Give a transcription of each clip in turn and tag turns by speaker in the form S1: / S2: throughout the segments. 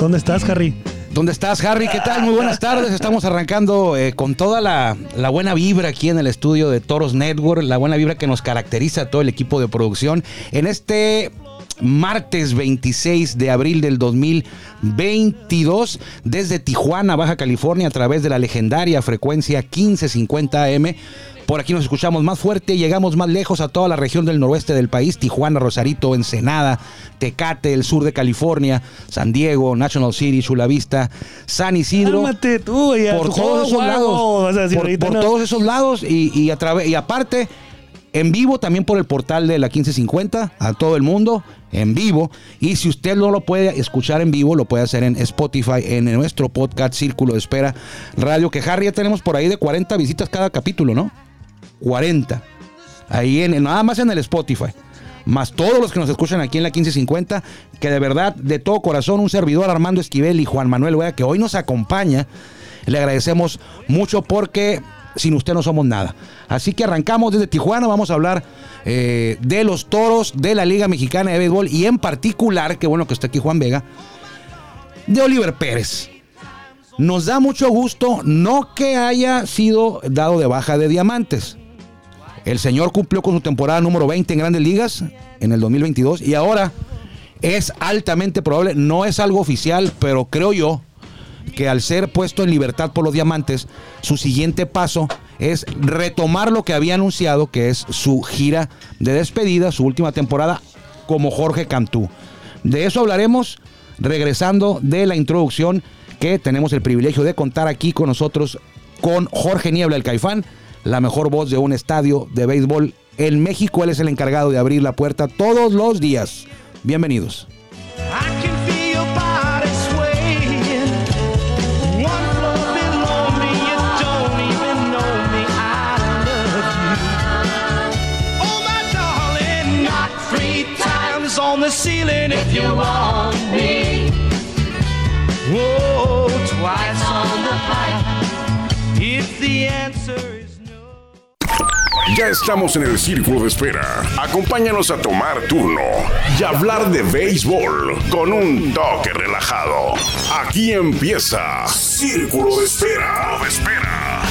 S1: ¿Dónde estás, Harry?
S2: ¿Dónde estás, Harry? ¿Qué tal? Muy buenas tardes. Estamos arrancando eh, con toda la, la buena vibra aquí en el estudio de Toros Network, la buena vibra que nos caracteriza a todo el equipo de producción. En este martes 26 de abril del 2022 desde Tijuana, Baja California, a través de la legendaria frecuencia 1550 AM. Por aquí nos escuchamos más fuerte, llegamos más lejos a toda la región del noroeste del país, Tijuana, Rosarito, Ensenada, Tecate, el sur de California, San Diego, National City, Chulavista, San Isidro.
S1: Cálmate tú, ya,
S2: por
S1: tu juego,
S2: todos esos
S1: guau, vas a
S2: lados.
S1: decir
S2: Por,
S1: ahorita,
S2: por
S1: ¿no?
S2: todos esos lados y, y a través y aparte en vivo también por el portal de la 1550 a todo el mundo en vivo y si usted no lo puede escuchar en vivo lo puede hacer en Spotify en nuestro podcast Círculo de Espera Radio que Harry ya tenemos por ahí de 40 visitas cada capítulo, ¿no? 40. Ahí en, nada más en el Spotify. Más todos los que nos escuchan aquí en la 1550, que de verdad, de todo corazón, un servidor Armando Esquivel y Juan Manuel Vega, que hoy nos acompaña, le agradecemos mucho porque sin usted no somos nada. Así que arrancamos desde Tijuana, vamos a hablar eh, de los toros, de la Liga Mexicana de Béisbol y en particular, qué bueno que está aquí Juan Vega, de Oliver Pérez. Nos da mucho gusto no que haya sido dado de baja de diamantes. El señor cumplió con su temporada número 20 en Grandes Ligas en el 2022 y ahora es altamente probable, no es algo oficial, pero creo yo que al ser puesto en libertad por los diamantes, su siguiente paso es retomar lo que había anunciado, que es su gira de despedida, su última temporada como Jorge Cantú. De eso hablaremos regresando de la introducción que tenemos el privilegio de contar aquí con nosotros con Jorge Niebla, el Caifán, la mejor voz de un estadio de béisbol en México. Él es el encargado de abrir la puerta todos los días. Bienvenidos.
S3: I can feel your body swaying. One floor below me, you don't even know me. I love you. Oh, my darling, knock three times on the ceiling if you want me. Whoa, twice on the pipe. If the answer is no.
S4: Ya estamos en el círculo de espera. Acompáñanos a tomar turno y hablar de béisbol con un toque relajado. Aquí empieza Círculo de Espera. Círculo de espera.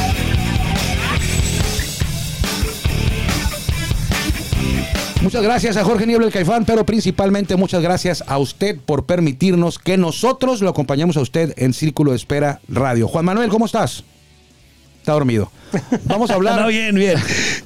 S2: Muchas gracias a Jorge Niebla el Caifán, pero principalmente muchas gracias a usted por permitirnos que nosotros lo acompañemos a usted en Círculo de Espera Radio. Juan Manuel, ¿cómo estás? Está dormido. Vamos a hablar.
S1: No, bien, bien.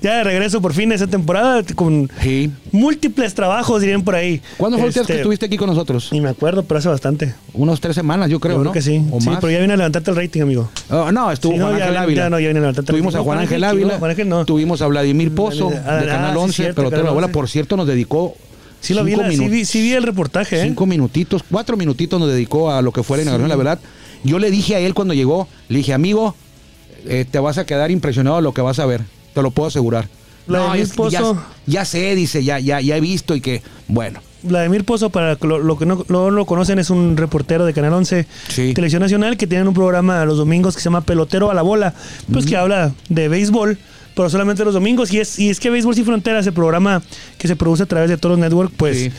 S1: Ya de regreso por fin esa temporada con
S2: Sí.
S1: múltiples trabajos, dirían por ahí.
S2: ¿Cuándo fue el día que
S1: Este,
S2: estuviste aquí con nosotros?
S1: Ni me acuerdo, pero hace bastante.
S2: Unos tres semanas, yo
S1: Yo
S2: creo, ¿no?
S1: creo que sí.
S2: O
S1: sí,
S2: más.
S1: pero ya viene a levantarte el rating, amigo.
S2: Ah, no, estuvo
S1: Sí, no,
S2: Juan
S1: ya
S2: Ángel
S1: viene-
S2: Ávila.
S1: ya no, ya viene la otra
S2: Tuvimos a
S1: transmisión.
S2: Juan Ángel
S1: Juan Ángel,
S2: Ávila.
S1: Juan Ángel, no.
S2: Tuvimos a Vladimir Pozo de
S1: Ah,
S2: Canal
S1: sí,
S2: 11,
S1: cierto,
S2: pelotero de la
S1: Canal
S2: bola.
S1: 11.
S2: Por cierto, nos dedicó.
S1: Sí, lo vi,
S2: cinco
S1: la- sí,
S2: minu-
S1: vi, sí vi el reportaje, ¿eh?
S2: Cinco minutitos, cuatro minutitos nos dedicó a lo que fue la inauguración, la verdad. Yo le dije a él cuando llegó, le dije, amigo, eh, te vas a quedar impresionado de lo que vas a ver, te lo puedo asegurar.
S1: Vladimir
S2: es- ya,
S1: Pozo.
S2: ya sé, dice, ya, ya, ya he visto y que, bueno,
S1: Vladimir Pozo, para lo, lo que no no lo conocen, es un reportero de Canal 11
S2: Sí.
S1: Televisión Nacional que tienen un programa los domingos que se llama Pelotero a la Bola, pues
S2: Mm.
S1: que habla de béisbol, pero solamente los domingos. Y es, y es que Béisbol Sin Fronteras, el programa que se produce a través de Toros Network, pues
S2: Sí.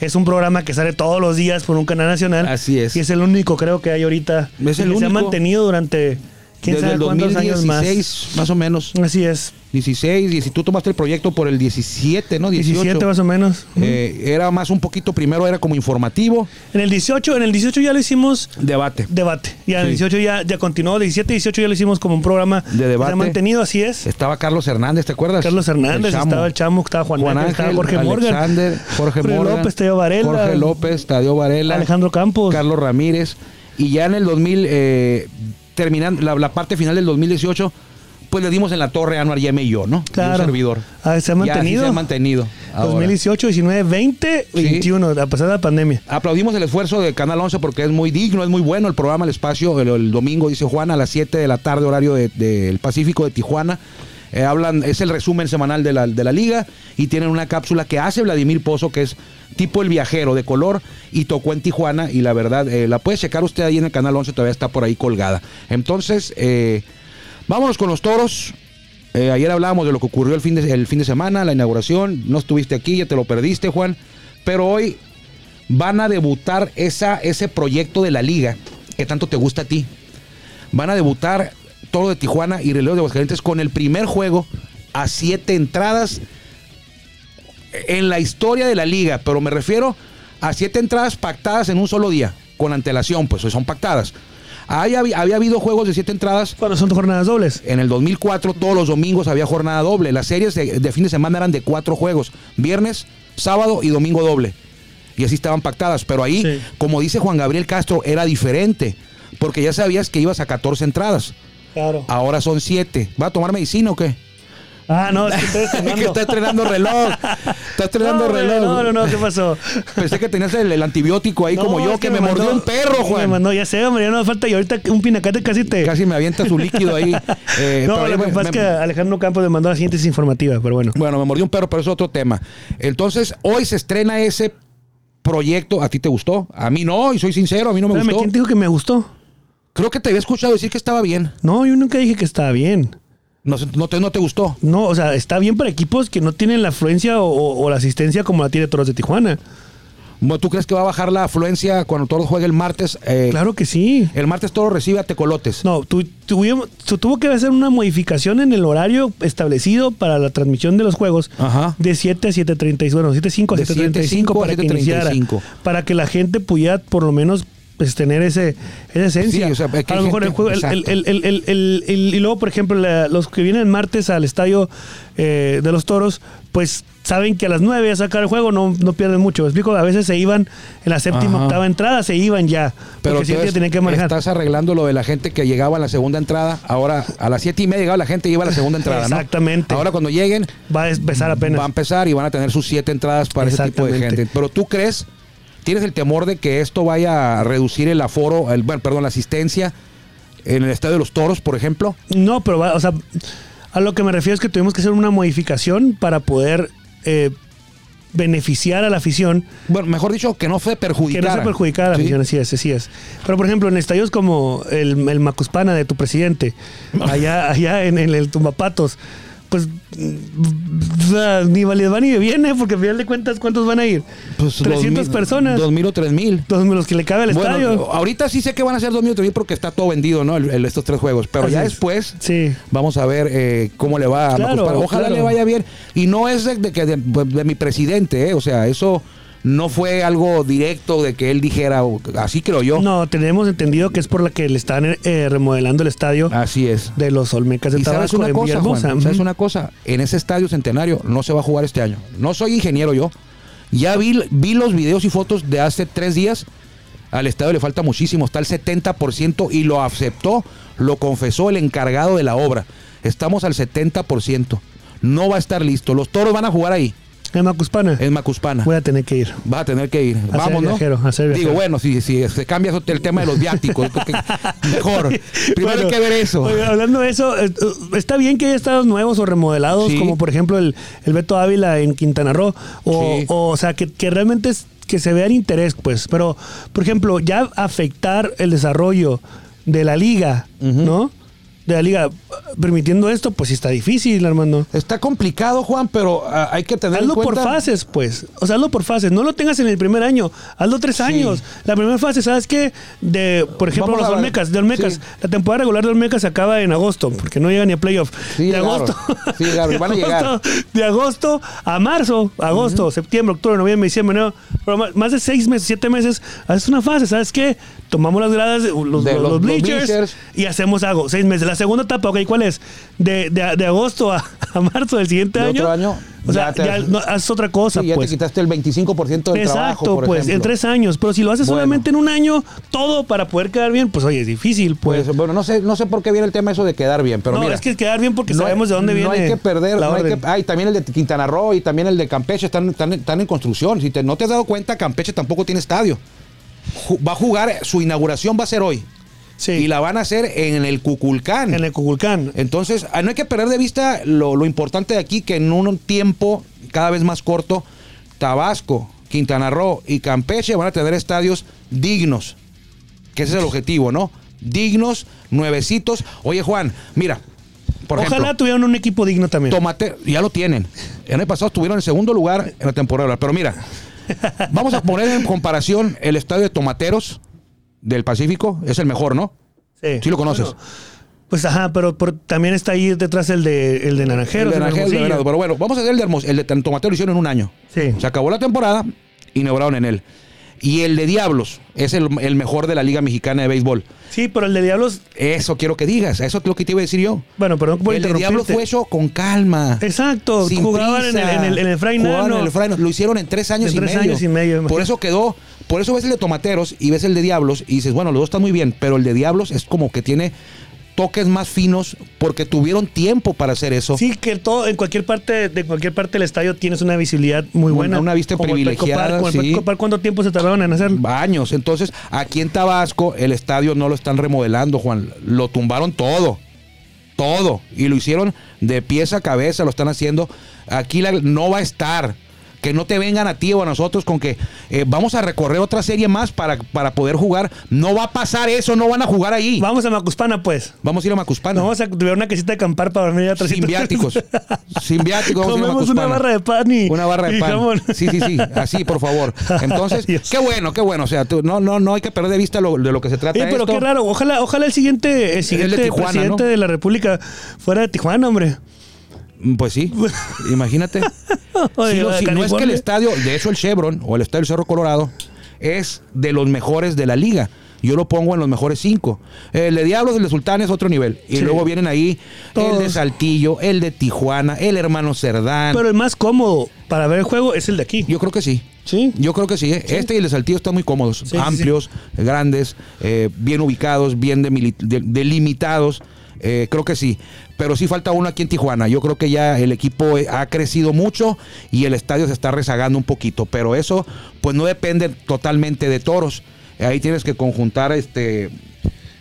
S1: es un programa que sale todos los días por un canal nacional.
S2: Así es.
S1: Y es el único, creo que hay ahorita.
S2: Es
S1: que
S2: el
S1: se ha
S2: único.
S1: mantenido durante quién
S2: desde
S1: sabe
S2: el
S1: cuántos
S2: 2016,
S1: años
S2: más. o menos,
S1: más. Así es.
S2: 16, y si tú tomaste el proyecto por el 17, ¿no? 18.
S1: 17 más o menos.
S2: Eh, era más un poquito, primero era como informativo,
S1: En el 18, en el 18 ya lo hicimos
S2: debate.
S1: debate. Ya
S2: Sí.
S1: el 18 ya, ya continuó, 17, 18 ya lo hicimos como un programa
S2: De debate.
S1: Se ha mantenido, así es.
S2: Estaba Carlos Hernández, ¿te acuerdas?
S1: Carlos Hernández,
S2: Chamo.
S1: estaba el Chamo, estaba Juan,
S2: Juan
S1: Ángel,
S2: Ángel,
S1: estaba Jorge Morgan.
S2: Alexander, Jorge Morgan,
S1: López, Tadeo Varela.
S2: Jorge López, Tadeo Varela,
S1: Alejandro Campos.
S2: Carlos Ramírez. Y ya en el 2000, eh, terminando la, la parte final del 2018, pues le dimos en la torre a Anuar Yeme y yo, ¿no? Y
S1: Claro.
S2: un servidor.
S1: Ah, ¿se ha
S2: Y así
S1: mantenido?
S2: se ha mantenido. ahora.
S1: 2018, 19, 20,
S2: Sí.
S1: 21, a pesar de la pandemia.
S2: Aplaudimos el esfuerzo de Canal 11 porque es muy digno, es muy bueno el programa El Espacio. El, el domingo, dice Juan, a las 7 de la tarde, horario de- del Pacífico de Tijuana. Eh, hablan, es el resumen semanal de la, de la liga y tienen una cápsula que hace Vladimir Pozo, que es tipo el viajero de color y tocó en Tijuana. Y la verdad, eh, la puede checar usted ahí en el Canal 11, todavía está por ahí colgada. Entonces, eh, vámonos con los toros. Eh, ayer hablábamos de lo que ocurrió el fin, de, el fin de semana, la inauguración. No estuviste aquí, ya te lo perdiste, Juan. Pero hoy van a debutar esa, ese proyecto de la liga que tanto te gusta a ti. Van a debutar Toro de Tijuana y Reloj de Aguascalientes con el primer juego a siete entradas en la historia de la liga, pero me refiero a siete entradas pactadas en un solo día, con antelación, pues son pactadas. Ahí habi- había habido juegos de siete entradas
S1: Cuando son jornadas dobles.
S2: en el 2004 todos los domingos había jornada doble. Las series de, de fin de semana eran de cuatro juegos. Viernes, sábado y domingo doble. Y así estaban pactadas. Pero ahí,
S1: Sí.
S2: como dice Juan Gabriel Castro, era diferente. Porque ya sabías que ibas a 14 entradas.
S1: Claro.
S2: Ahora son 7. ¿Va a tomar medicina o qué?
S1: Ah, no, es que estoy
S2: que
S1: estrenando.
S2: está estrenando reloj. Está estrenando
S1: no,
S2: reloj.
S1: No, no, no, ¿qué pasó?
S2: Pensé que tenías el, el antibiótico ahí
S1: No,
S2: como yo,
S1: es
S2: que, me,
S1: mandó-
S2: mordió un perro, Juan.
S1: Me mandó, ya sé, hombre, ya no me falta. Y ahorita un pinacate casi te.
S2: Casi me avienta su líquido ahí. Eh,
S1: no,
S2: pero
S1: lo
S2: ahí
S1: que
S2: me-
S1: pasa es
S2: me-
S1: que Alejandro Campos me mandó la siguiente informativa, pero bueno.
S2: Bueno, me mordió un perro, pero es otro tema. Entonces, hoy se estrena ese proyecto. ¿A ti te gustó? A mí no, y soy sincero, a mí no me
S1: Espérame, ¿quién te
S2: gustó.
S1: dijo que me gustó?
S2: Creo que te había escuchado decir que estaba bien.
S1: No, yo nunca dije que estaba bien.
S2: No, sé, no te, no te gustó.
S1: No, o sea, está bien para equipos que no tienen la afluencia o, o- o la asistencia como la tiene Toros de Tijuana.
S2: Bueno, ¿Tú crees que va a bajar la afluencia cuando Toro juegue el martes? Eh,
S1: Claro que sí.
S2: El martes Toro recibe a Tecolotes.
S1: No, tu- tuvimos- tu- tuvo que hacer una modificación en el horario establecido para la transmisión de los juegos
S2: Ajá.
S1: de 7 a 7.35, bueno, 7.5 a
S2: De
S1: 7.35
S2: 7:05 a
S1: para que iniciara,
S2: 7:35.
S1: para que la gente pudiera por lo menos pues, tener ese, esa esencia.
S2: Sí, o sea, es que
S1: a lo
S2: hay
S1: mejor el
S2: gente-
S1: juego, el-
S2: exacto.
S1: el- el- el- el- el- y luego, por ejemplo, la- los que vienen el martes al estadio eh, de los Toros, pues saben que a las 9 a sacar el juego no, no pierden mucho. ¿Me explico? A veces se iban en la séptima,
S2: Ajá.
S1: octava entrada, se iban ya.
S2: Pero
S1: porque siempre
S2: entonces,
S1: tenían que manejar.
S2: estás arreglando lo de la gente que llegaba a la segunda entrada. Ahora, a las siete y media llegaba la gente y iba a la segunda entrada, ¿no?
S1: Exactamente.
S2: Ahora cuando lleguen,
S1: Va a empezar apenas.
S2: va a empezar y van a tener sus siete entradas para ese tipo de
S1: Exactamente.
S2: gente. Pero tú crees, tienes el temor de que esto vaya a reducir el aforo, el, bueno, perdón, la asistencia en el Estadio de los Toros, por ejemplo.
S1: No, pero va- o sea, a lo que me refiero es que tuvimos que hacer una modificación para poder eh, beneficiar a la afición.
S2: Bueno, mejor dicho, que no se
S1: Que
S2: perjudicara.
S1: no se perjudicara a la
S2: Sí.
S1: afición, así es, así es. Pero por ejemplo, en estadios como el, el Macuspana de tu presidente, allá, allá en, en el Tumbapatos, pues mm, o sea, ni les va ni viene, porque al final de cuentas, ¿cuántos van a ir?
S2: Pues,
S1: 300
S2: 2000,
S1: personas,
S2: 2000 o 3000.
S1: dos los que le cabe al
S2: Bueno,
S1: estadio.
S2: ahorita sí sé que van a ser 2000 o 3000 porque está todo vendido, ¿no? El- el- estos tres juegos. Pero
S1: Así
S2: ya
S1: es.
S2: después.
S1: Sí.
S2: Vamos a ver eh, cómo le va a
S1: Claro,
S2: Marcos Paz. Ojalá
S1: claro.
S2: le vaya bien. Y no es de, de que de, pues, de mi presidente, eh, o sea, eso no fue algo directo de que él dijera, o- así creo yo.
S1: No, tenemos entendido que es por la que le están eh, remodelando el estadio
S2: Así es.
S1: de los Olmecas de
S2: Ah. Y sabes
S1: Tabasco
S2: una
S1: en
S2: cosa, Juan,
S1: Villahermosa.
S2: sabes
S1: Ujú.
S2: una cosa, en ese estadio centenario no se va a jugar este año. No soy ingeniero yo. Ya vi, vi los videos y fotos de hace tres días. Al estadio le falta muchísimo, está el 70% y lo aceptó, lo confesó el encargado de la obra. Estamos al 70%. No va a estar listo. Los toros van a jugar ahí,
S1: En Macuspana.
S2: en Macuspana.
S1: Voy a tener que ir.
S2: Vas a tener que ir.
S1: A ser
S2: Vamos,
S1: viajero,
S2: ¿no?
S1: a ser viajero.
S2: Digo, bueno, si, si se cambia eso- el tema de los viáticos, porque- mejor. Primero hay
S1: Bueno,
S2: que ver eso.
S1: oiga, hablando de eso, eh, eh, está bien que haya estados nuevos o remodelados,
S2: Sí.
S1: como por ejemplo el, el Beto Ávila en Quintana Roo, o,
S2: Sí.
S1: o, o sea, que, que realmente es, que se vea el interés, pues. Pero, por ejemplo, ya afectar el desarrollo de la liga, ¿no? De la liga, eh, permitiendo esto, pues sí está difícil, Armando.
S2: Está complicado, Juan, pero ah, hay que tener en
S1: Hazlo por
S2: cuenta.
S1: fases, pues. O sea, hazlo por fases. No lo tengas en el primer año. Hazlo tres años. La primera fase, ¿sabes qué? De, por ejemplo,
S2: Vamos
S1: los
S2: a ver.
S1: Olmecas. De Olmecas.
S2: Sí.
S1: La temporada regular de Olmecas acaba en agosto, porque no llega ni a playoff.
S2: Sí,
S1: de
S2: llegaron.
S1: agosto.
S2: Sí, llegaron. Van a
S1: de
S2: llegar.
S1: agosto- De agosto a marzo. Agosto, septiembre, octubre, noviembre, diciembre, enero. Pero más- más de seis meses, siete meses. Haces una fase, ¿sabes qué? Tomamos las gradas, los, los-
S2: De los-
S1: los
S2: los
S1: bleachers,
S2: bleachers.
S1: y hacemos algo. Seis meses. La segunda etapa, ok, ¿cuál es? De, de- de agosto a, a marzo del siguiente
S2: De otro año,
S1: este O sea,
S2: ya te-
S1: ya no- haz otra cosa,
S2: Sí, ya
S1: pues.
S2: te quitaste el 25% del
S1: Exacto,
S2: trabajo, por
S1: pues,
S2: ejemplo.
S1: en tres años. Pero si lo haces
S2: Bueno.
S1: solamente en un año, todo para poder quedar bien, pues oye, es difícil, pues.
S2: Pues, bueno, no sé, no sé por qué viene el tema eso de quedar bien, pero
S1: no,
S2: mira.
S1: es que quedar bien porque sabemos
S2: hay-
S1: de dónde viene.
S2: No hay que perder.
S1: la
S2: no hay que-
S1: orden.
S2: ah, y también el de Quintana Roo y también el de Campeche están, están, están en construcción. Si te- no te has dado cuenta, Campeche tampoco tiene estadio. Ju- va a jugar, su inauguración va a ser hoy.
S1: Sí,
S2: Y la van a hacer en el Cuculcán.
S1: en el Cuculcán.
S2: Entonces, ah, no hay que perder de vista lo, lo importante de aquí, que en un tiempo cada vez más corto, Tabasco, Quintana Roo y Campeche van a tener estadios dignos, que ese es el objetivo, ¿no? Dignos, nuevecitos. Oye, Juan, mira, por
S1: Ojalá
S2: ejemplo,
S1: tuvieran un equipo digno también.
S2: Tomate, ya lo tienen. El año pasado estuvieron en segundo lugar en la temporada, pero mira, Vamos a poner en comparación el estadio de Tomateros del Pacífico. Es el mejor, ¿no? Sí lo conoces.
S1: Bueno, pues ajá, pero por- también está ahí detrás el de, el de Naranjeros.
S2: El
S1: el de
S2: de Naranjeros, de
S1: Hermosillo.
S2: Venados. Pero bueno, vamos a hacer el de Hermos- El de Tomatero lo hicieron en un año.
S1: Sí.
S2: Se acabó la temporada, inauguraron en él. Y el de Diablos es el, el mejor de la Liga Mexicana de Béisbol.
S1: Sí, pero el de Diablos,
S2: Eso quiero que digas. Eso es lo que te iba a decir yo.
S1: bueno, perdón por
S2: el de Diablos
S1: interrumpirte.
S2: fue eso con calma.
S1: Exacto,
S2: sin
S1: jugaban en el,
S2: prisa.
S1: en el, en el Fray
S2: Jugaban
S1: Nano.
S2: en el Fray Nano. Lo hicieron en tres años
S1: En
S2: y
S1: tres
S2: medio.
S1: años y medio, imagínate.
S2: Por eso quedó. Por eso ves el de Tomateros y ves el de Diablos y dices, bueno, los dos están muy bien, pero el de Diablos es como que tiene toques más finos porque tuvieron tiempo para hacer eso.
S1: Sí, que todo, en cualquier parte, de cualquier parte del estadio tienes una visibilidad muy
S2: Una-
S1: buena.
S2: una vista
S1: Como el Petco
S2: privilegiada,
S1: Park, como el
S2: sí.
S1: Petco Park, ¿cuánto tiempo se tardaron en hacerlo?
S2: Años. Entonces, aquí en Tabasco, el estadio no lo están remodelando, Juan. Lo tumbaron todo. Todo. Y lo hicieron de pieza a cabeza, lo están haciendo. Aquí la- no va a estar. Que no te vengan a ti o a nosotros con que eh, vamos a recorrer otra serie más para, para poder jugar. No va a pasar eso, no van a jugar ahí.
S1: Vamos a Macuspana, pues.
S2: Vamos a ir a Macuspana.
S1: Nos vamos a tuvieron una casita de acampar para dormir a 300.
S2: sin viáticos. Sin viáticos. vamos a ir a
S1: Comemos una
S2: Macuspana.
S1: barra de pan y.
S2: Una barra de
S1: y
S2: pan.
S1: jamón.
S2: Sí, sí, sí. Así, por favor. Entonces,
S1: Dios.
S2: qué bueno, qué bueno. O sea, tú- no, no, no hay que perder de vista lo- de lo que se trata.
S1: Oye, pero
S2: esto.
S1: qué raro. Ojalá, ojalá el siguiente, el siguiente
S2: Tijuana,
S1: presidente
S2: ¿no?
S1: de la República fuera de Tijuana, hombre.
S2: Mm, Pues sí. Imagínate.
S1: Oye,
S2: Sí, no, sí, no es que el
S1: California.
S2: estadio, de hecho, el Chevron o el estadio del Cerro Colorado es de los mejores de la liga. Yo lo pongo en los mejores cinco. El de Diablos, el de Sultanes, otro nivel. Y
S1: Sí.
S2: luego vienen ahí el de
S1: Todos.
S2: Saltillo, el de Tijuana, el hermano Cerdán.
S1: Pero el más cómodo para ver el juego es el de aquí.
S2: Yo creo que sí.
S1: Sí.
S2: Yo creo que sí. ¿eh? Este y el de Saltillo están muy cómodos.
S1: sí,
S2: amplios, grandes, eh, bien ubicados, bien demili- de- delimitados. Eh, creo que sí. Pero sí falta uno aquí en Tijuana. Yo creo que ya el equipo eh, ha crecido mucho y el estadio se está rezagando un poquito. Pero eso, pues no depende totalmente de toros. Eh, Ahí tienes que conjuntar este.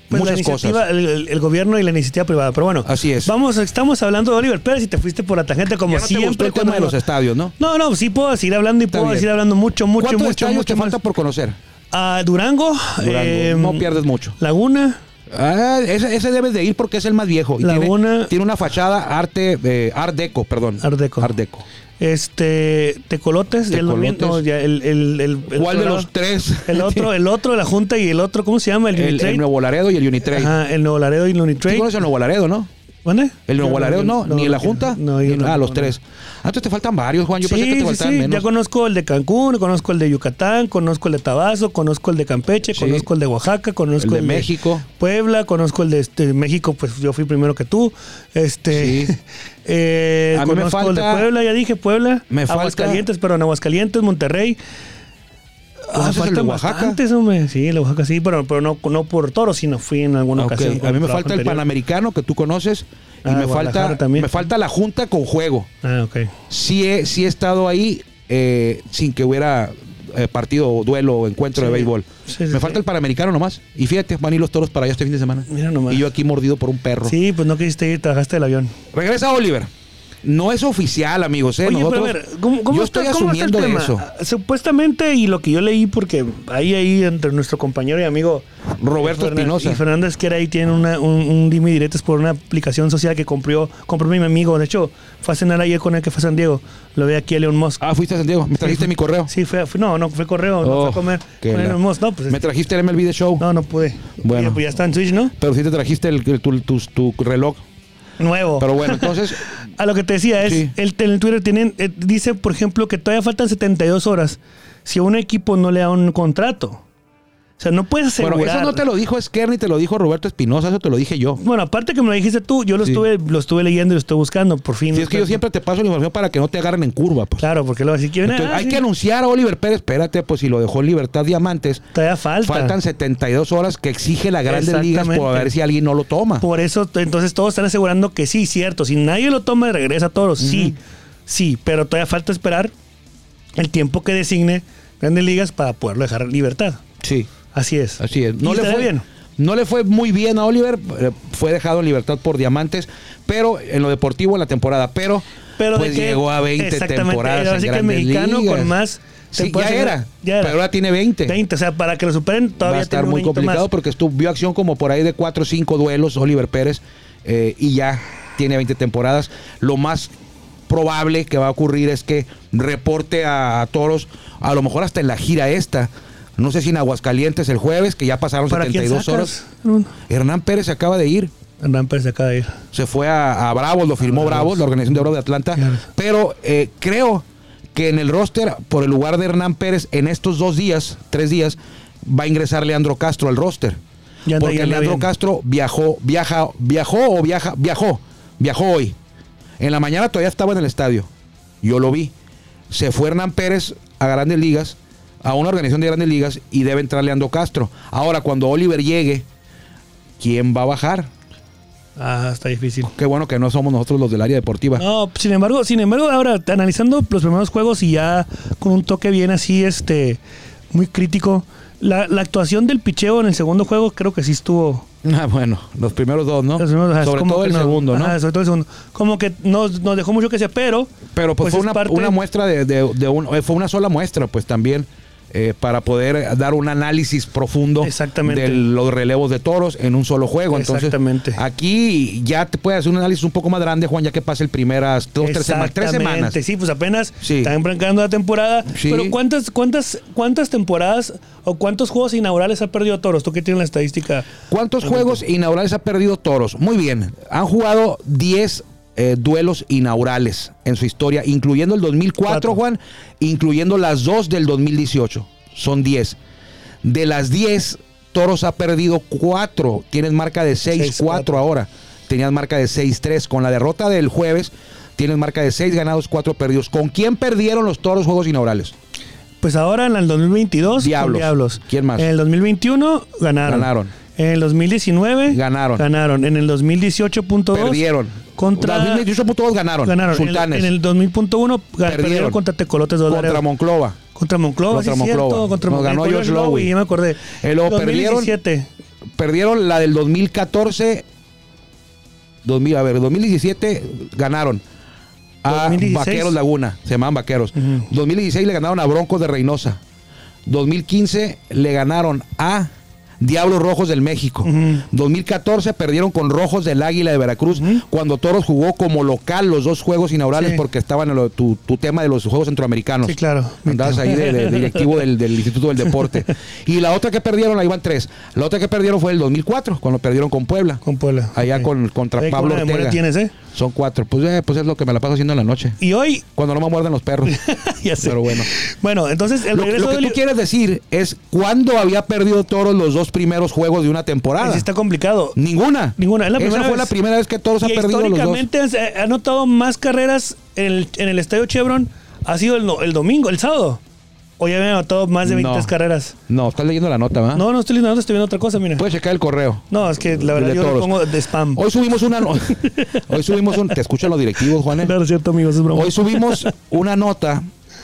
S1: Pues la
S2: muchas
S1: iniciativa,
S2: cosas.
S1: El, el- el gobierno y la iniciativa privada. Pero bueno,
S2: Así es.
S1: Vamos, estamos hablando de Oliver Pérez y te fuiste por la tangente como
S2: Ya no te
S1: siempre.
S2: gustó el
S1: cuando
S2: tema de los
S1: hablo-
S2: estadios, ¿no?
S1: No, no, sí puedo seguir hablando y
S2: Está
S1: puedo
S2: bien.
S1: seguir hablando mucho, mucho,
S2: ¿Cuántos
S1: mucho,
S2: estadios
S1: mucho.
S2: te
S1: más. Ah, em,
S2: falta por conocer?
S1: A Durango. eh,
S2: Durango. No pierdes mucho.
S1: Laguna.
S2: Ah, ese, ese debes de ir porque es el más viejo. Y tiene,
S1: Laguna-
S2: tiene una fachada arte, eh, art deco, perdón.
S1: Art Deco.
S2: Art deco.
S1: Este, Tecolotes, ya el domingo-
S2: Tecolotes.
S1: no, ya el, el, el- el
S2: ¿Cuál de
S1: Colorado.
S2: los tres?
S1: El otro, el otro de la Junta y el otro, ¿cómo se llama? El,
S2: El,
S1: Unitrade.
S2: el Nuevo Laredo y el Unitrade.
S1: Ajá, el Nuevo Laredo y el
S2: ¿Tú
S1: Unitrade.
S2: conoces el Nuevo Laredo, no?
S1: ¿Dónde?
S2: El Nuevo Laredo no, ni en la Junta.
S1: No,
S2: ni-
S1: yo no,
S2: ah, los
S1: no.
S2: tres. Antes te faltan varios, Juan. Yo
S1: sí,
S2: pensé que te
S1: sí,
S2: faltaban
S1: sí.
S2: menos.
S1: Ya conozco el de Cancún, conozco el de Yucatán, conozco el de Tabazo, conozco el de Campeche,
S2: Sí.
S1: conozco el de Oaxaca, conozco
S2: El de México.
S1: Puebla, conozco el de este, México, pues yo fui primero que tú. Este,
S2: Sí.
S1: eh,
S2: A mí me
S1: conozco el de
S2: falta-
S1: Puebla, ya dije Puebla.
S2: Me falta-
S1: Aguascalientes, pero en Aguascalientes, Monterrey.
S2: ¿Conoces el de Oaxaca?
S1: Antes, hombre. Sí, el de Oaxaca sí, pero, pero no, no por toro, sino fui en alguna
S2: Ah, ok.
S1: ocasión.
S2: A
S1: con
S2: mí me
S1: trabajo
S2: falta el
S1: anterior.
S2: Panamericano que tú conoces. Y
S1: Ah,
S2: me,
S1: Guadalajara
S2: falta,
S1: también.
S2: me falta la Junta con juego.
S1: Ah, ok.
S2: sí he, sí he estado ahí eh, sin que hubiera eh, partido, o duelo o encuentro
S1: Sí.
S2: de béisbol.
S1: Sí, sí,
S2: Me
S1: sí.
S2: falta el Panamericano nomás. Y fíjate, van a ir los toros para allá este fin de semana.
S1: Mira nomás.
S2: Y yo aquí mordido por un perro.
S1: Sí, pues no quisiste ir, trabajaste el avión.
S2: Regresa Oliver. No es oficial, amigos. ¿eh?
S1: Oye,
S2: Nosotros,
S1: pero a ver, ¿cómo, cómo
S2: yo
S1: está,
S2: estoy
S1: cómo está
S2: asumiendo de
S1: el
S2: eso.
S1: tema? Ah, Supuestamente, y lo que yo leí, porque ahí, ahí, entre nuestro compañero y amigo
S2: Roberto
S1: Fernan-
S2: Espinosa.
S1: y Fernando Esquera, ahí tienen una, un, un dime y diretes por una aplicación social que compró, compró mi amigo. De hecho, fue a cenar ayer con él que fue a San Diego. Lo ve aquí a Leon Musk.
S2: Ah, fuiste a San Diego. Me trajiste mi correo.
S1: Sí, fue, fue- no, no, fue correo, no fue
S2: Oh,
S1: a comer
S2: qué
S1: con
S2: la-
S1: Elon Musk. No, pues,
S2: Me trajiste el MLB de Show.
S1: no, no pude.
S2: Bueno.
S1: Oye, pues ya está en Switch, ¿no?
S2: Pero sí te trajiste el- el- tu, tus- tu reloj.
S1: Nuevo.
S2: Pero bueno, entonces.
S1: A lo que te decía es,
S2: Sí.
S1: el, en el Twitter tienen, eh, dice, por ejemplo, que todavía faltan 72 horas si a un equipo no le da un contrato. O sea, no puedes asegurar.
S2: bueno, eso no te lo dijo Esquerni, te lo dijo Roberto Espinosa. Eso te lo dije yo.
S1: Bueno, aparte que me lo dijiste tú, yo lo,
S2: Sí.
S1: estuve, lo estuve leyendo y lo estoy buscando, por fin.
S2: Si es que yo siempre te paso la información para que no te agarren en curva, pues.
S1: Claro, porque luego si quieren...
S2: Entonces,
S1: ah,
S2: hay
S1: sí,
S2: que anunciar a Oliver Pérez, espérate, pues si lo dejó en Libertad Diamantes,
S1: Todavía falta.
S2: faltan 72 horas que exige la Grandes Ligas por
S1: Exactamente.
S2: ver si alguien no lo toma.
S1: Por eso, t- entonces todos están asegurando que sí, cierto. Si nadie lo toma, regresa a todos. Sí, sí, pero todavía falta esperar el tiempo que designe Grandes Ligas para poderlo dejar en libertad.
S2: Sí,
S1: Así es.
S2: así es. No
S1: Y
S2: le,
S1: estaría
S2: fue,
S1: bien.
S2: no le fue muy bien a Oliver, eh, fue dejado en libertad por Diamantes, pero en lo deportivo en la temporada, pero,
S1: Pero
S2: pues
S1: de que-
S2: llegó a 20
S1: exactamente,
S2: temporadas
S1: ahora
S2: en
S1: sí que
S2: Grandes
S1: mexicano
S2: Ligas.
S1: con más
S2: Sí, ya
S1: temporadas en-
S2: era,
S1: ya era.
S2: pero ahora tiene 20.
S1: 20, o sea, para que lo superen todavía
S2: va a estar
S1: tiene un
S2: muy
S1: añito
S2: complicado
S1: más.
S2: porque estuvo, vio acción como por ahí de 4 o 5 duelos Oliver Pérez eh, y ya tiene 20 temporadas. Lo más probable que va a ocurrir es que reporte a, a toros, a lo mejor hasta en la gira esta. No sé si en Aguascalientes el jueves, que ya pasaron
S1: ¿Para quién
S2: 72 horas.
S1: sacas? No.
S2: Hernán Pérez se acaba de ir.
S1: Hernán Pérez se acaba de ir.
S2: Se fue a, a Bravos, lo firmó Bravos, la organización de Bravos de Atlanta.
S1: Claro.
S2: Pero eh, creo que en el roster, por el lugar de Hernán Pérez, en estos dos días, tres días, va a ingresar Leandro Castro al roster.
S1: Y anda- y
S2: Porque
S1: anda
S2: Leandro
S1: bien.
S2: Castro viajó, viaja, viajó o viaja, viajó, viajó hoy. En la mañana todavía estaba en el estadio. Yo lo vi. Se fue Hernán Pérez a Grandes Ligas, a una organización de Grandes Ligas, y debe entrar Leandro Castro. Ahora, cuando Oliver llegue, ¿quién va a bajar?
S1: Ah, está difícil.
S2: Qué bueno que no somos nosotros los del área deportiva.
S1: No, sin embargo, sin embargo, ahora analizando los primeros juegos y ya con un toque bien así, este, muy crítico, la, la actuación del picheo en el segundo juego creo que sí estuvo.
S2: Ah, bueno, los primeros dos, ¿no?
S1: los primeros, ajá,
S2: Sobre
S1: como
S2: todo
S1: que
S2: el
S1: no-
S2: segundo, ¿no?
S1: ajá, sobre todo el segundo. Como que nos, nos dejó mucho que sea, pero.
S2: Pero pues, fue
S1: es
S2: una,
S1: parte-
S2: una muestra de, de- de un- eh, fue una sola muestra, pues también. eh, para poder dar un análisis profundo
S1: Exactamente.
S2: de los relevos de toros en un solo juego. Entonces,
S1: Exactamente.
S2: aquí ya te puede hacer un análisis un poco más grande, Juan, ya que pase el primeras dos, tres, sema- tres semanas.
S1: Exactamente, Sí, pues apenas
S2: Sí.
S1: están arrancando la temporada.
S2: Sí.
S1: Pero ¿cuántas, cuántas, ¿cuántas temporadas o cuántos juegos inaugurales ha perdido Toros? ¿Tú qué tienes la estadística?
S2: ¿Cuántos juegos inaugurales ha perdido Toros? Muy bien, han jugado 10 eh, duelos inaugurales en su historia, incluyendo el 2004,
S1: Cuatro.
S2: Juan, incluyendo las dos del 2018. Son 10. De las 10, Toros ha perdido 4. Tienes marca de
S1: Seis,
S2: 6-4
S1: cuatro.
S2: ahora. Tenías marca de 6-3. Con la derrota del jueves, tienes marca de 6 ganados, 4 perdidos. ¿Con quién perdieron los Toros juegos inaugurales?
S1: Pues ahora en el 2022, con
S2: Diablos.
S1: Diablos.
S2: ¿Quién más?
S1: En el 2021 ganaron.
S2: Ganaron.
S1: En el 2019
S2: Ganaron.
S1: Ganaron. En el 2018.2
S2: Perdieron.
S1: Contra
S2: Las 2018.2 ganaron.
S1: ganaron. En el-
S2: Sultanes.
S1: En el 2000.1 perdieron.
S2: Perdieron.
S1: perdieron contra Tecolotes de
S2: contra
S1: Laredo.
S2: Monclova.
S1: Contra Monclova,
S2: Contra
S1: sí,
S2: Monclova.
S1: cierto, contra
S2: Nos
S1: Monclova.
S2: ganó
S1: Con
S2: George Lowy.
S1: ya me acordé.
S2: Eh, lo perdieron.
S1: 2017.
S2: perdieron la del 2014. 2000, a ver, 2017 ganaron a
S1: 2016.
S2: Vaqueros Laguna, se llamaban Vaqueros.
S1: Ujú.
S2: 2016 le ganaron a Broncos de Reynosa. 2015 le ganaron a Diablos Rojos del México.
S1: Ujú.
S2: 2014 perdieron con Rojos del Águila de Veracruz cuando Toros jugó como local los dos juegos inaugurales
S1: Sí.
S2: porque estaban en lo- tu, tu tema de los Juegos Centroamericanos.
S1: Sí, claro.
S2: Andabas ahí de, de- de directivo del, del Instituto del Deporte. Y la otra que perdieron, ahí van tres. La otra que perdieron fue el 2004, cuando perdieron con Puebla.
S1: Con Puebla.
S2: Allá
S1: Ok.
S2: con, contra
S1: Oye, qué
S2: Pablo
S1: buena memoria
S2: Ortega.
S1: tienes, ¿eh?
S2: Son cuatro. Pues, eh, pues es lo que me la paso haciendo en la noche.
S1: Y hoy,
S2: Cuando no me muerden los perros.
S1: ya sé.
S2: Pero bueno.
S1: Bueno, entonces el
S2: Lo, que-
S1: regreso
S2: lo que
S1: de
S2: tú
S1: Oli-
S2: quieres decir es cuándo había perdido Toros los dos primeros juegos de una temporada.
S1: Sí está complicado.
S2: Ninguna.
S1: Ninguna, es la
S2: Esa
S1: primera
S2: fue
S1: vez.
S2: la primera vez que Toros ha
S1: Y
S2: perdido los dos.
S1: históricamente se ha anotado más carreras en el, en el Estadio Chevron. Ha sido el, no- el domingo, el sábado. O ya habían anotado más de
S2: No. Ah.
S1: 23 carreras.
S2: No, estás leyendo la nota, ¿va?
S1: No, no estoy leyendo, estoy viendo otra cosa, mira.
S2: Puedes checar el correo.
S1: no, es que la
S2: El
S1: verdad
S2: de
S1: yo lo
S2: Toros.
S1: pongo de spam.
S2: Pues, Hoy subimos una. no- Hoy subimos un. Te escuchan los directivos, Juan. ¿eh?
S1: Claro, es cierto, amigos, es broma.
S2: Hoy subimos una nota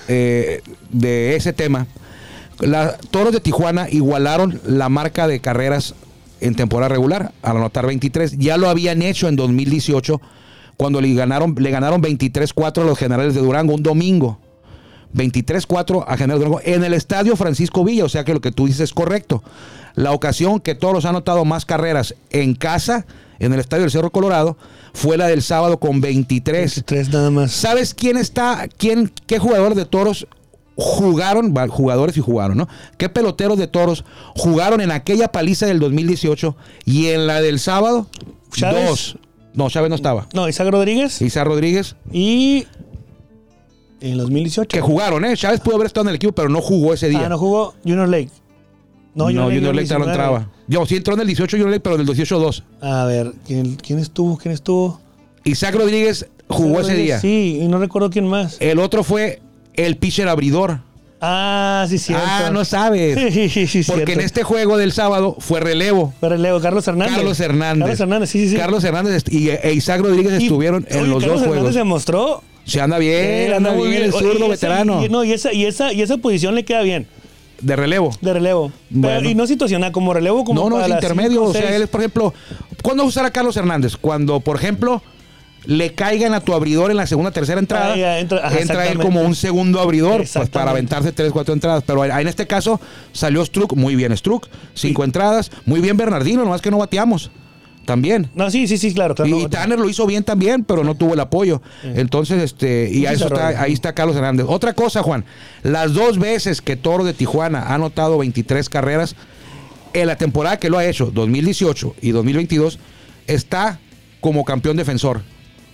S2: eh, de ese tema. La- Toros de Tijuana igualaron la marca de carreras en temporada regular al anotar 23. Ya lo habían hecho en 2018 cuando le ganaron, le ganaron 23-4 a los generales de Durango un domingo. 23-4 a General Durango en el estadio Francisco Villa. O sea que lo que tú dices es correcto. La ocasión que Toros ha anotado más carreras en casa, en el estadio del Cerro Colorado, fue la del sábado con 23.
S1: 23 nada más.
S2: ¿Sabes quién está, quién, qué jugador de toros jugaron, va, jugadores y jugaron, ¿no? ¿Qué peloteros de toros jugaron en aquella paliza del 2018 y en la del sábado?
S1: ¿Chávez?
S2: Dos. No, Chávez no estaba.
S1: No, Isaac Rodríguez.
S2: Isa Rodríguez,
S1: Y en 2018.
S2: que jugaron, ¿eh? Chávez pudo haber estado en el equipo, pero no jugó ese día.
S1: Ah, no jugó Junior Lake.
S2: No, Junior Lake no
S1: 19.
S2: entraba. Yo sí entró en el 18 Junior Lake, pero en el 18-2.
S1: A ver, ¿quién, quién estuvo? ¿Quién estuvo?
S2: Isaac Rodríguez jugó ese día.
S1: Sí, y no recuerdo quién más.
S2: El otro fue el pitcher abridor.
S1: Ah, sí, cierto.
S2: Ah, no sabes.
S1: Sí, sí, sí,
S2: Porque en
S1: cierto.
S2: este juego del sábado fue relevo.
S1: Pero leo, Carlos Hernández.
S2: Carlos Hernández.
S1: Carlos Hernández, sí, sí, sí.
S2: Carlos Hernández est- y e Isaac Rodríguez
S1: Y-
S2: estuvieron en
S1: oye,
S2: los
S1: Carlos
S2: dos
S1: Hernández
S2: juegos.
S1: se mostró.
S2: Se anda bien,
S1: Él
S2: anda muy bien el
S1: Oye,
S2: zurdo
S1: y esa-
S2: veterano
S1: y- no, y esa, y esa, y esa posición le queda bien,
S2: de relevo.
S1: de relevo. Pero-
S2: Bueno.
S1: y no situacional, como relevo, como
S2: No, no,
S1: para
S2: es
S1: las
S2: intermedio.
S1: cinco,
S2: o sea,
S1: seis.
S2: él es, por ejemplo, ¿cuándo usará Carlos Hernández? Cuando, por ejemplo, le caigan a tu abridor en la segunda, tercera entrada,
S1: Ah, ya, entra- ajá,
S2: entra él
S1: exactamente.
S2: como un segundo abridor pues, para
S1: Exactamente.
S2: aventarse tres, cuatro entradas. Pero en este caso salió Struck, muy bien Struck, cinco entradas, muy bien Bernardino, nomás que no bateamos. también.
S1: No, sí, sí, sí, claro. claro
S2: Y,
S1: no,
S2: y Tanner lo hizo bien también, pero no tuvo el apoyo. Entonces, este, y
S1: Sí,
S2: a
S1: se
S2: eso está-
S1: arrolla.
S2: ahí está Carlos Hernández. Otra cosa, Juan, las dos veces que Toro de Tijuana ha anotado 23 carreras, en la temporada que lo ha hecho, 2018 y 2022, está como campeón defensor.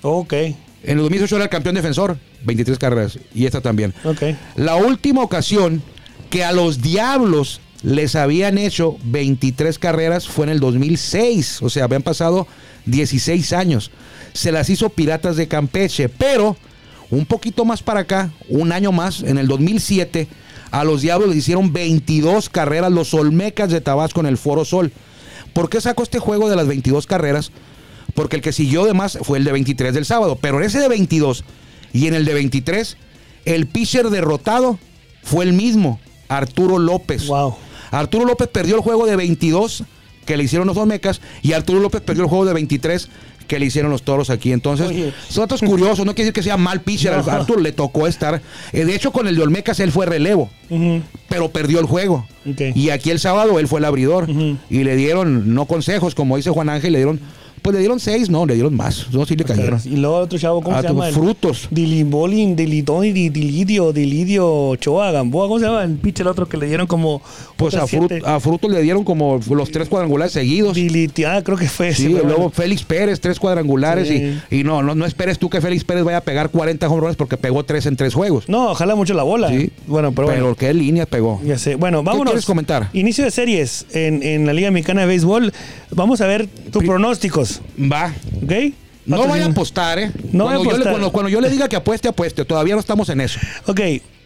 S1: Ok,
S2: En el 2018 era el campeón defensor, 23 carreras, y esta también.
S1: ok.
S2: La última ocasión que a los diablos les habían hecho 23 carreras fue en el 2006. O sea, habían pasado 16 años. Se las hizo Piratas de Campeche. Pero un poquito más para acá, un año más, en el 2007, a los diablos les hicieron 22 carreras los Olmecas de Tabasco en el Foro Sol. ¿Por qué saco este juego de las 22 carreras? Porque el que siguió de más fue el de 23 del sábado. Pero en ese de 22 y en el de 23, el pitcher derrotado fue el mismo, Arturo López.
S1: Wow.
S2: Arturo López perdió el juego de 22 que le hicieron los Olmecas y Arturo López perdió el juego de 23 que le hicieron los toros aquí. Entonces,
S1: Oye.
S2: son datos curiosos. No quiere decir que sea mal pitcher.
S1: No.
S2: Arturo le tocó estar. eh, De hecho, con el de Olmecas él fue relevo
S1: Ujú.
S2: pero perdió el juego.
S1: Ok.
S2: Y aquí el sábado él fue el abridor.
S1: Ujú.
S2: Y le dieron, no consejos, como dice Juan Ángel, le dieron, pues le dieron seis, no, le dieron más. No, sí le cayeron.
S1: Y luego otro chavo, ¿cómo
S2: Ah,
S1: se
S2: tu-
S1: llama? El-
S2: frutos.
S1: Dilimbolin, Dilidoni, Di- Dilidio, Dilidio Ochoa, Gamboa, ¿cómo se llama? El pinche el otro que le dieron como.
S2: Pues a,
S1: otras
S2: Fru-
S1: siete.
S2: a Frutos le dieron como los tres cuadrangulares seguidos.
S1: Diliti- ah, creo que fue ese.
S2: Sí,
S1: pero
S2: luego
S1: bueno.
S2: Félix Pérez, tres cuadrangulares.
S1: Sí.
S2: Y, y no, no, no esperes tú que Félix Pérez vaya a pegar 40 home runs porque pegó tres en tres juegos.
S1: No, jala mucho la bola.
S2: Sí.
S1: Ah, Bueno, pero, bueno.
S2: qué línea pegó.
S1: Ya sé. Bueno, vámonos.
S2: quieres comentar?
S1: Inicio de series en, en la Liga Mexicana de Béisbol. Vamos a ver tus pronósticos,
S2: Va.
S1: ¿ok?
S2: No
S1: Patrocin-
S2: vaya a apostar, ¿eh?
S1: No vaya a
S2: cuando, Yo le,
S1: apostar.
S2: cuando- cuando yo le diga que apueste, apueste. Todavía no estamos en eso.
S1: Ok.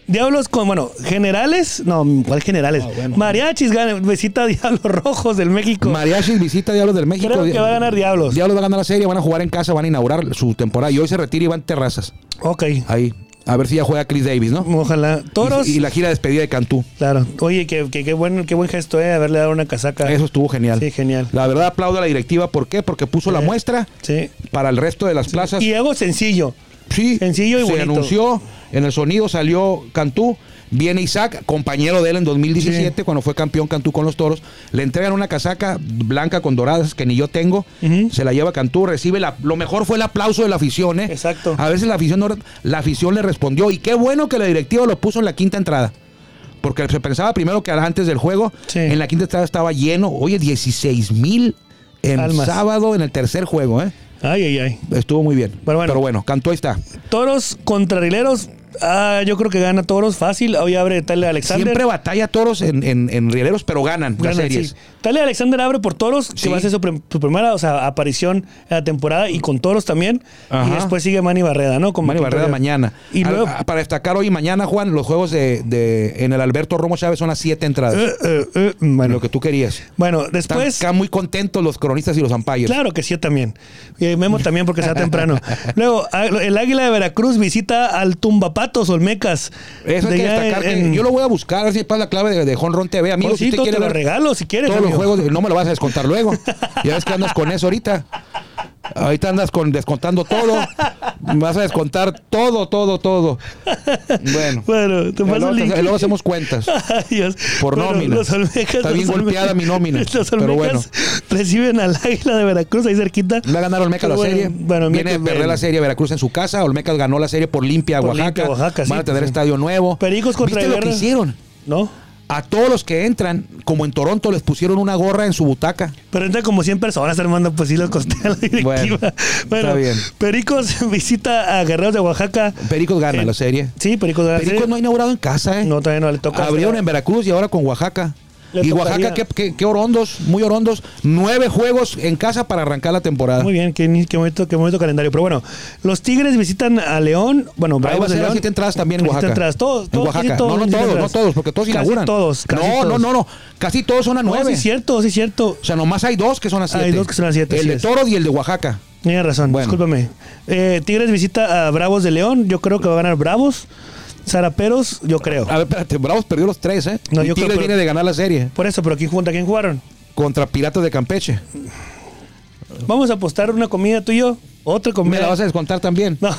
S1: Diablos con, bueno, generales, no, ¿cuál
S2: Ah,
S1: generales? Mariachis gana, visita a Diablos Rojos del México.
S2: Mariachis visita a Diablos del México.
S1: Creo que va a ganar Diablos.
S2: Diablos va a ganar la serie, van a jugar en casa, van a inaugurar su temporada. Y hoy se retira Iván Terrazas.
S1: ok,
S2: Ahí. A ver si ya juega Chris Davis, ¿no?
S1: ojalá. Toros.
S2: Y, y la gira de despedida de Cantú.
S1: Claro. Oye, qué, qué, qué buen, qué buen gesto, ¿eh? Haberle dado una casaca.
S2: Eso estuvo genial.
S1: Sí, genial.
S2: La verdad aplaudo a la directiva. ¿Por qué? Porque puso la
S1: Sí.
S2: muestra
S1: Sí.
S2: para el resto de las plazas.
S1: Y algo sencillo.
S2: Sí,
S1: Sencillo y
S2: se
S1: bonito.
S2: anunció, en el sonido salió Cantú, viene Isaac, compañero de él en 2017, cuando fue campeón Cantú con los toros. Le entregan una casaca blanca con doradas que ni yo tengo.
S1: Ujú.
S2: Se la lleva Cantú, recibe la. Lo mejor fue el aplauso de la afición, ¿eh?
S1: Exacto.
S2: A veces la afición, no re- la afición le respondió. Y qué bueno que la directiva lo puso en la quinta entrada. Porque se pensaba primero que antes del juego,
S1: Sí.
S2: en la quinta entrada estaba lleno. Oye, 16 mil en
S1: Almas.
S2: sábado, en el tercer juego, ¿eh?
S1: Ay, ay, ay.
S2: Estuvo muy bien.
S1: Pero bueno.
S2: Pero bueno, Cantú ahí está.
S1: Toros contra Rileros. Ah, yo creo que gana Toros fácil. Hoy abre Talia Alexander.
S2: Siempre batalla toros en, en, en rieleros, pero ganan, las
S1: Ganan,
S2: series.
S1: sí. Talia Alexander abre por Toros,
S2: Sí.
S1: que va a ser su, prim- su primera o sea, aparición en la temporada y con Toros también.
S2: Ajá.
S1: Y después sigue Manny Barreda, ¿no? Con
S2: Manny Barrera
S1: Victoria.
S2: mañana.
S1: Y
S2: Al-
S1: luego.
S2: a- para destacar hoy y mañana, Juan, los juegos de, de- en el Alberto Romo Chávez son las siete entradas.
S1: Eh, eh, eh, bueno,
S2: Lo que tú querías.
S1: bueno,
S2: Están
S1: después.
S2: acá muy contentos los cronistas y los umpires.
S1: Claro que sí, yo también. Y Memo también porque sea temprano. Luego, a- el Águila de Veracruz visita al Tumbapatos Olmecas.
S2: Eso hay
S1: De
S2: que
S1: allá
S2: destacar. que
S1: en-
S2: yo lo voy a buscar, a ver si pasa la clave de, de Honron TV. Amigo, si
S1: Osito,
S2: usted quiere
S1: te lo
S2: ver
S1: regalo si quieres.
S2: todos los
S1: amigo.
S2: juegos, no me lo vas a descontar luego. ya ves que andas con eso ahorita. Ahorita andas con descontando todo. Vas a descontar todo, todo, todo. Bueno.
S1: Bueno, te
S2: Y
S1: paso
S2: luego,
S1: el link.
S2: y luego hacemos cuentas.
S1: Ay, Dios.
S2: Por nómina.
S1: Los Olmecas,
S2: Está bien
S1: los Olmecas-
S2: golpeada mi nómina,
S1: Los Olmecas
S2: pero bueno.
S1: reciben al Águila de Veracruz ahí cerquita.
S2: Va a ganar Olmeca la
S1: Pero bueno,
S2: serie.
S1: Bueno,
S2: Viene de
S1: miércoles,
S2: perder la serie Veracruz en su casa. Olmecas ganó la serie por limpia
S1: Por
S2: Oaxaca.
S1: limpia, Oaxaca, sí, pues
S2: Van a tener
S1: sí.
S2: estadio nuevo.
S1: Pericos contra
S2: ¿Viste lo que
S1: Guerra.
S2: hicieron?
S1: ¿No?
S2: A todos los que entran, como en Toronto, les pusieron una gorra en su butaca.
S1: Pero entra como 100 personas, Armando, pues sí lo costé a la directiva.
S2: Bueno,
S1: Bueno,
S2: está bien.
S1: Pericos visita a Guerreros de Oaxaca.
S2: Pericos gana
S1: Eh,
S2: la serie.
S1: ¿Ah, Sí, Pericos gana la
S2: Pericos
S1: serie.
S2: no ha inaugurado en casa, ¿eh?
S1: No, todavía no le toca.
S2: Abrieron en Veracruz y ahora con Oaxaca.
S1: Le
S2: y
S1: tocaría-
S2: Oaxaca, qué, qué- qué orondos, muy orondos. Nueve juegos en casa para arrancar la temporada.
S1: Muy bien, qué, ni- qué, bonito, qué bonito calendario. Pero bueno, los Tigres visitan a León. Bueno,
S2: Ahí va a
S1: Bravos de
S2: ser las
S1: León.
S2: siete entradas también en
S1: Las siete
S2: Oaxaca.
S1: entradas, todos-
S2: en
S1: todos, casi
S2: Oaxaca.
S1: todos
S2: no, no
S1: las siete
S2: todos, no
S1: entradas.
S2: todos, porque todos
S1: Casi
S2: inauguran.
S1: todos, casi
S2: no, no,
S1: todos.
S2: no, no. Casi todos son a
S1: No,
S2: nueve.
S1: sí es cierto, sí es cierto.
S2: O sea, nomás hay dos que son a siete.
S1: Hay dos que son a siete,
S2: El
S1: así
S2: de
S1: es.
S2: Toro y el de Oaxaca.
S1: Tienes razón,
S2: Bueno.
S1: discúlpame. Eh, Tigres visita a Bravos de León. Yo creo que va a ganar Bravos. Zaraperos, yo creo.
S2: A ver, espérate, Bravos perdió los tres, ¿eh?
S1: No,
S2: y
S1: yo creo,
S2: Tigres
S1: pero-
S2: viene de ganar la serie
S1: Por eso, pero ¿quién junta? ¿Quién jugaron?
S2: contra Piratas de Campeche.
S1: Vamos a apostar una comida tú y yo. Otra comida.
S2: ¿Me la vas a descontar también?
S1: No,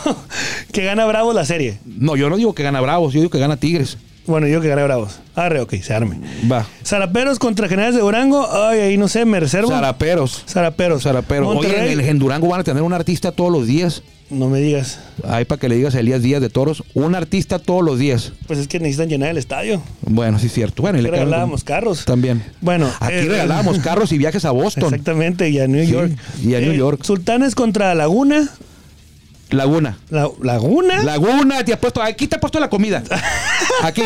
S1: que gana Bravos la serie.
S2: No, yo no digo que gana Bravos, yo digo que gana Tigres.
S1: Bueno, yo que gané Bravos. Arre, ok, se arme.
S2: Va.
S1: Zaraperos contra Generales de Durango. Ay, ahí no sé, me reservo.
S2: Zaraperos.
S1: Zaraperos.
S2: Zaraperos. Oye,
S1: Monterrey.
S2: en, el- en Durango van a tener un artista todos los días.
S1: No me digas.
S2: Ahí para que le digas a Elías Díaz de Toros. Un artista todos los días.
S1: Pues es que necesitan llenar el estadio.
S2: Bueno, sí es cierto. Bueno, y
S1: Aquí
S2: le quedan-
S1: regalábamos carros.
S2: También.
S1: Bueno,
S2: Aquí
S1: eh,
S2: regalábamos carros y viajes a Boston.
S1: Exactamente, y a New
S2: Sí,
S1: York. Eh,
S2: y a New York.
S1: Sultanes contra Laguna.
S2: Laguna.
S1: La- ¿Laguna?
S2: Laguna, te ha puesto, aquí te ha puesto la comida. Aquí.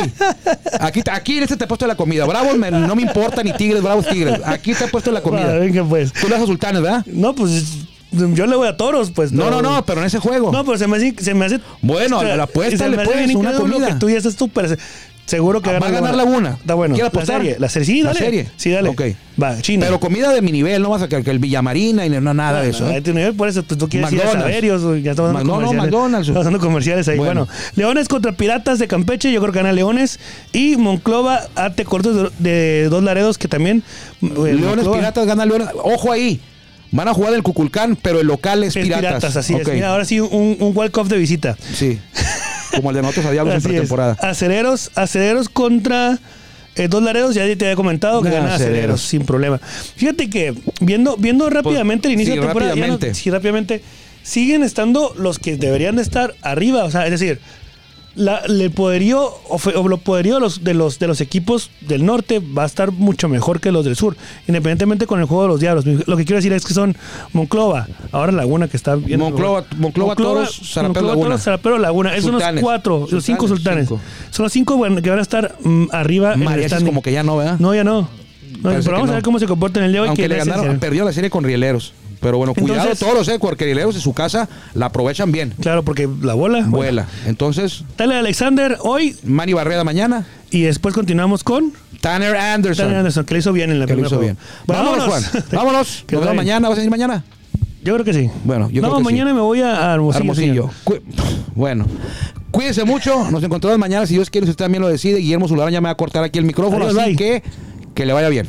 S2: Aquí, aquí en este te ha puesto la comida. Bravos, me- no me importa ni tigres, bravos tigres. Aquí te ha puesto la
S1: Ah,
S2: comida.
S1: venga, pues.
S2: Tú le das a sultanes, ¿verdad?
S1: No, pues yo le voy a toros, pues.
S2: No, no, no, pero en ese juego.
S1: No, pero se me hace. Se me hace
S2: Bueno,
S1: o sea,
S2: la apuesta
S1: se
S2: le
S1: me hace
S2: puedes
S1: bien
S2: una
S1: incrédulo
S2: comida.
S1: que tú ya estás súper. Seguro que
S2: Ah, va a ganar Laguna.
S1: Está bueno.
S2: ¿Quiere
S1: La
S2: apostar?
S1: serie. La serie, sí,
S2: La
S1: dale.
S2: serie.
S1: Sí, dale.
S2: Ok.
S1: Va, China.
S2: Pero comida de mi nivel, no vas a que, que el Villamarina y no, nada de eso.
S1: Ah,
S2: ¿eh?
S1: este nivel, por eso pues, tú quieres ir a
S2: McDonald's.
S1: Saberios. o Ya estamos dando
S2: Mac- no, no,
S1: comerciales.
S2: McDonald's.
S1: Estamos dando comerciales ahí. Bueno.
S2: Bueno.
S1: Leones contra Piratas de Campeche. Yo creo que gana Leones. Y Monclova, Ate Cortos de, de Dos Laredos, que también. eh,
S2: Leones
S1: Monclova
S2: Piratas gana Leones. Ojo ahí. Van a jugar el Cuculcán, pero el local es,
S1: es
S2: Piratas.
S1: así
S2: Ok.
S1: es. Mira, ahora sí, un, un walk-off de visita.
S2: Sí. Como el de nosotros a Diablos en
S1: Así es.
S2: pretemporada.
S1: Acereros, acereros contra eh, dos laredos, ya te había comentado que
S2: Nah,
S1: ganan acereros.
S2: Acereros.
S1: sin problema. Fíjate que viendo, viendo rápidamente el inicio
S2: Pues, sí,
S1: de temporada, ya no-
S2: rápidamente.
S1: sí, rápidamente, siguen estando los que deberían de estar arriba. O sea, es decir, la, el poderío, ofe- o lo poderío de los, de, los, de los equipos del norte va a estar mucho mejor que los del sur, independientemente con el juego de los diablos. Lo que quiero decir es que son Monclova, ahora Laguna que está bien.
S2: Monclova- Monclova, Toros, Zarapero,
S1: Monclova,
S2: Laguna.
S1: Toros, Zarapero, Laguna. Es unos
S2: Sultanes.
S1: cuatro, los cinco
S2: Sultanes,
S1: sultanes.
S2: cinco.
S1: Son los cinco bueno, que van a estar mm, arriba en el
S2: Mariachis
S1: standing.
S2: como que ya no, ¿verdad?
S1: No, ya no. No, pero
S2: Parece que
S1: vamos a
S2: no.
S1: ver cómo se comportan el día de hoy.
S2: Aunque
S1: que
S2: le
S1: es
S2: ganaron,
S1: esencial.
S2: perdió la serie con Rieleros. Pero bueno, cuidado
S1: Entonces-
S2: todos los, eh, porque Rieleros en su casa la aprovechan bien.
S1: Claro, porque la bola. Bueno.
S2: Vuela. Entonces,
S1: Dale Alexander hoy
S2: Manny Barreda mañana.
S1: y después continuamos con
S2: Tanner Anderson.
S1: Daniel Anderson, que le hizo bien en la
S2: Que lo
S1: primera.
S2: hizo bien. Vámonos, Juan. Vámonos. Nos vemos mañana. ¿Vas a ir mañana?
S1: Yo creo que sí.
S2: Bueno, yo
S1: no,
S2: creo que sí.
S1: mañana me voy a a Hermosillo.
S2: Hermosillo. Cu- bueno. Cuídense mucho. Nos encontramos mañana. Si Dios quiere, si usted también lo decide. Guillermo Zularaña me va a cortar aquí el micrófono.
S1: Adiós,
S2: así
S1: bye.
S2: que que le vaya bien.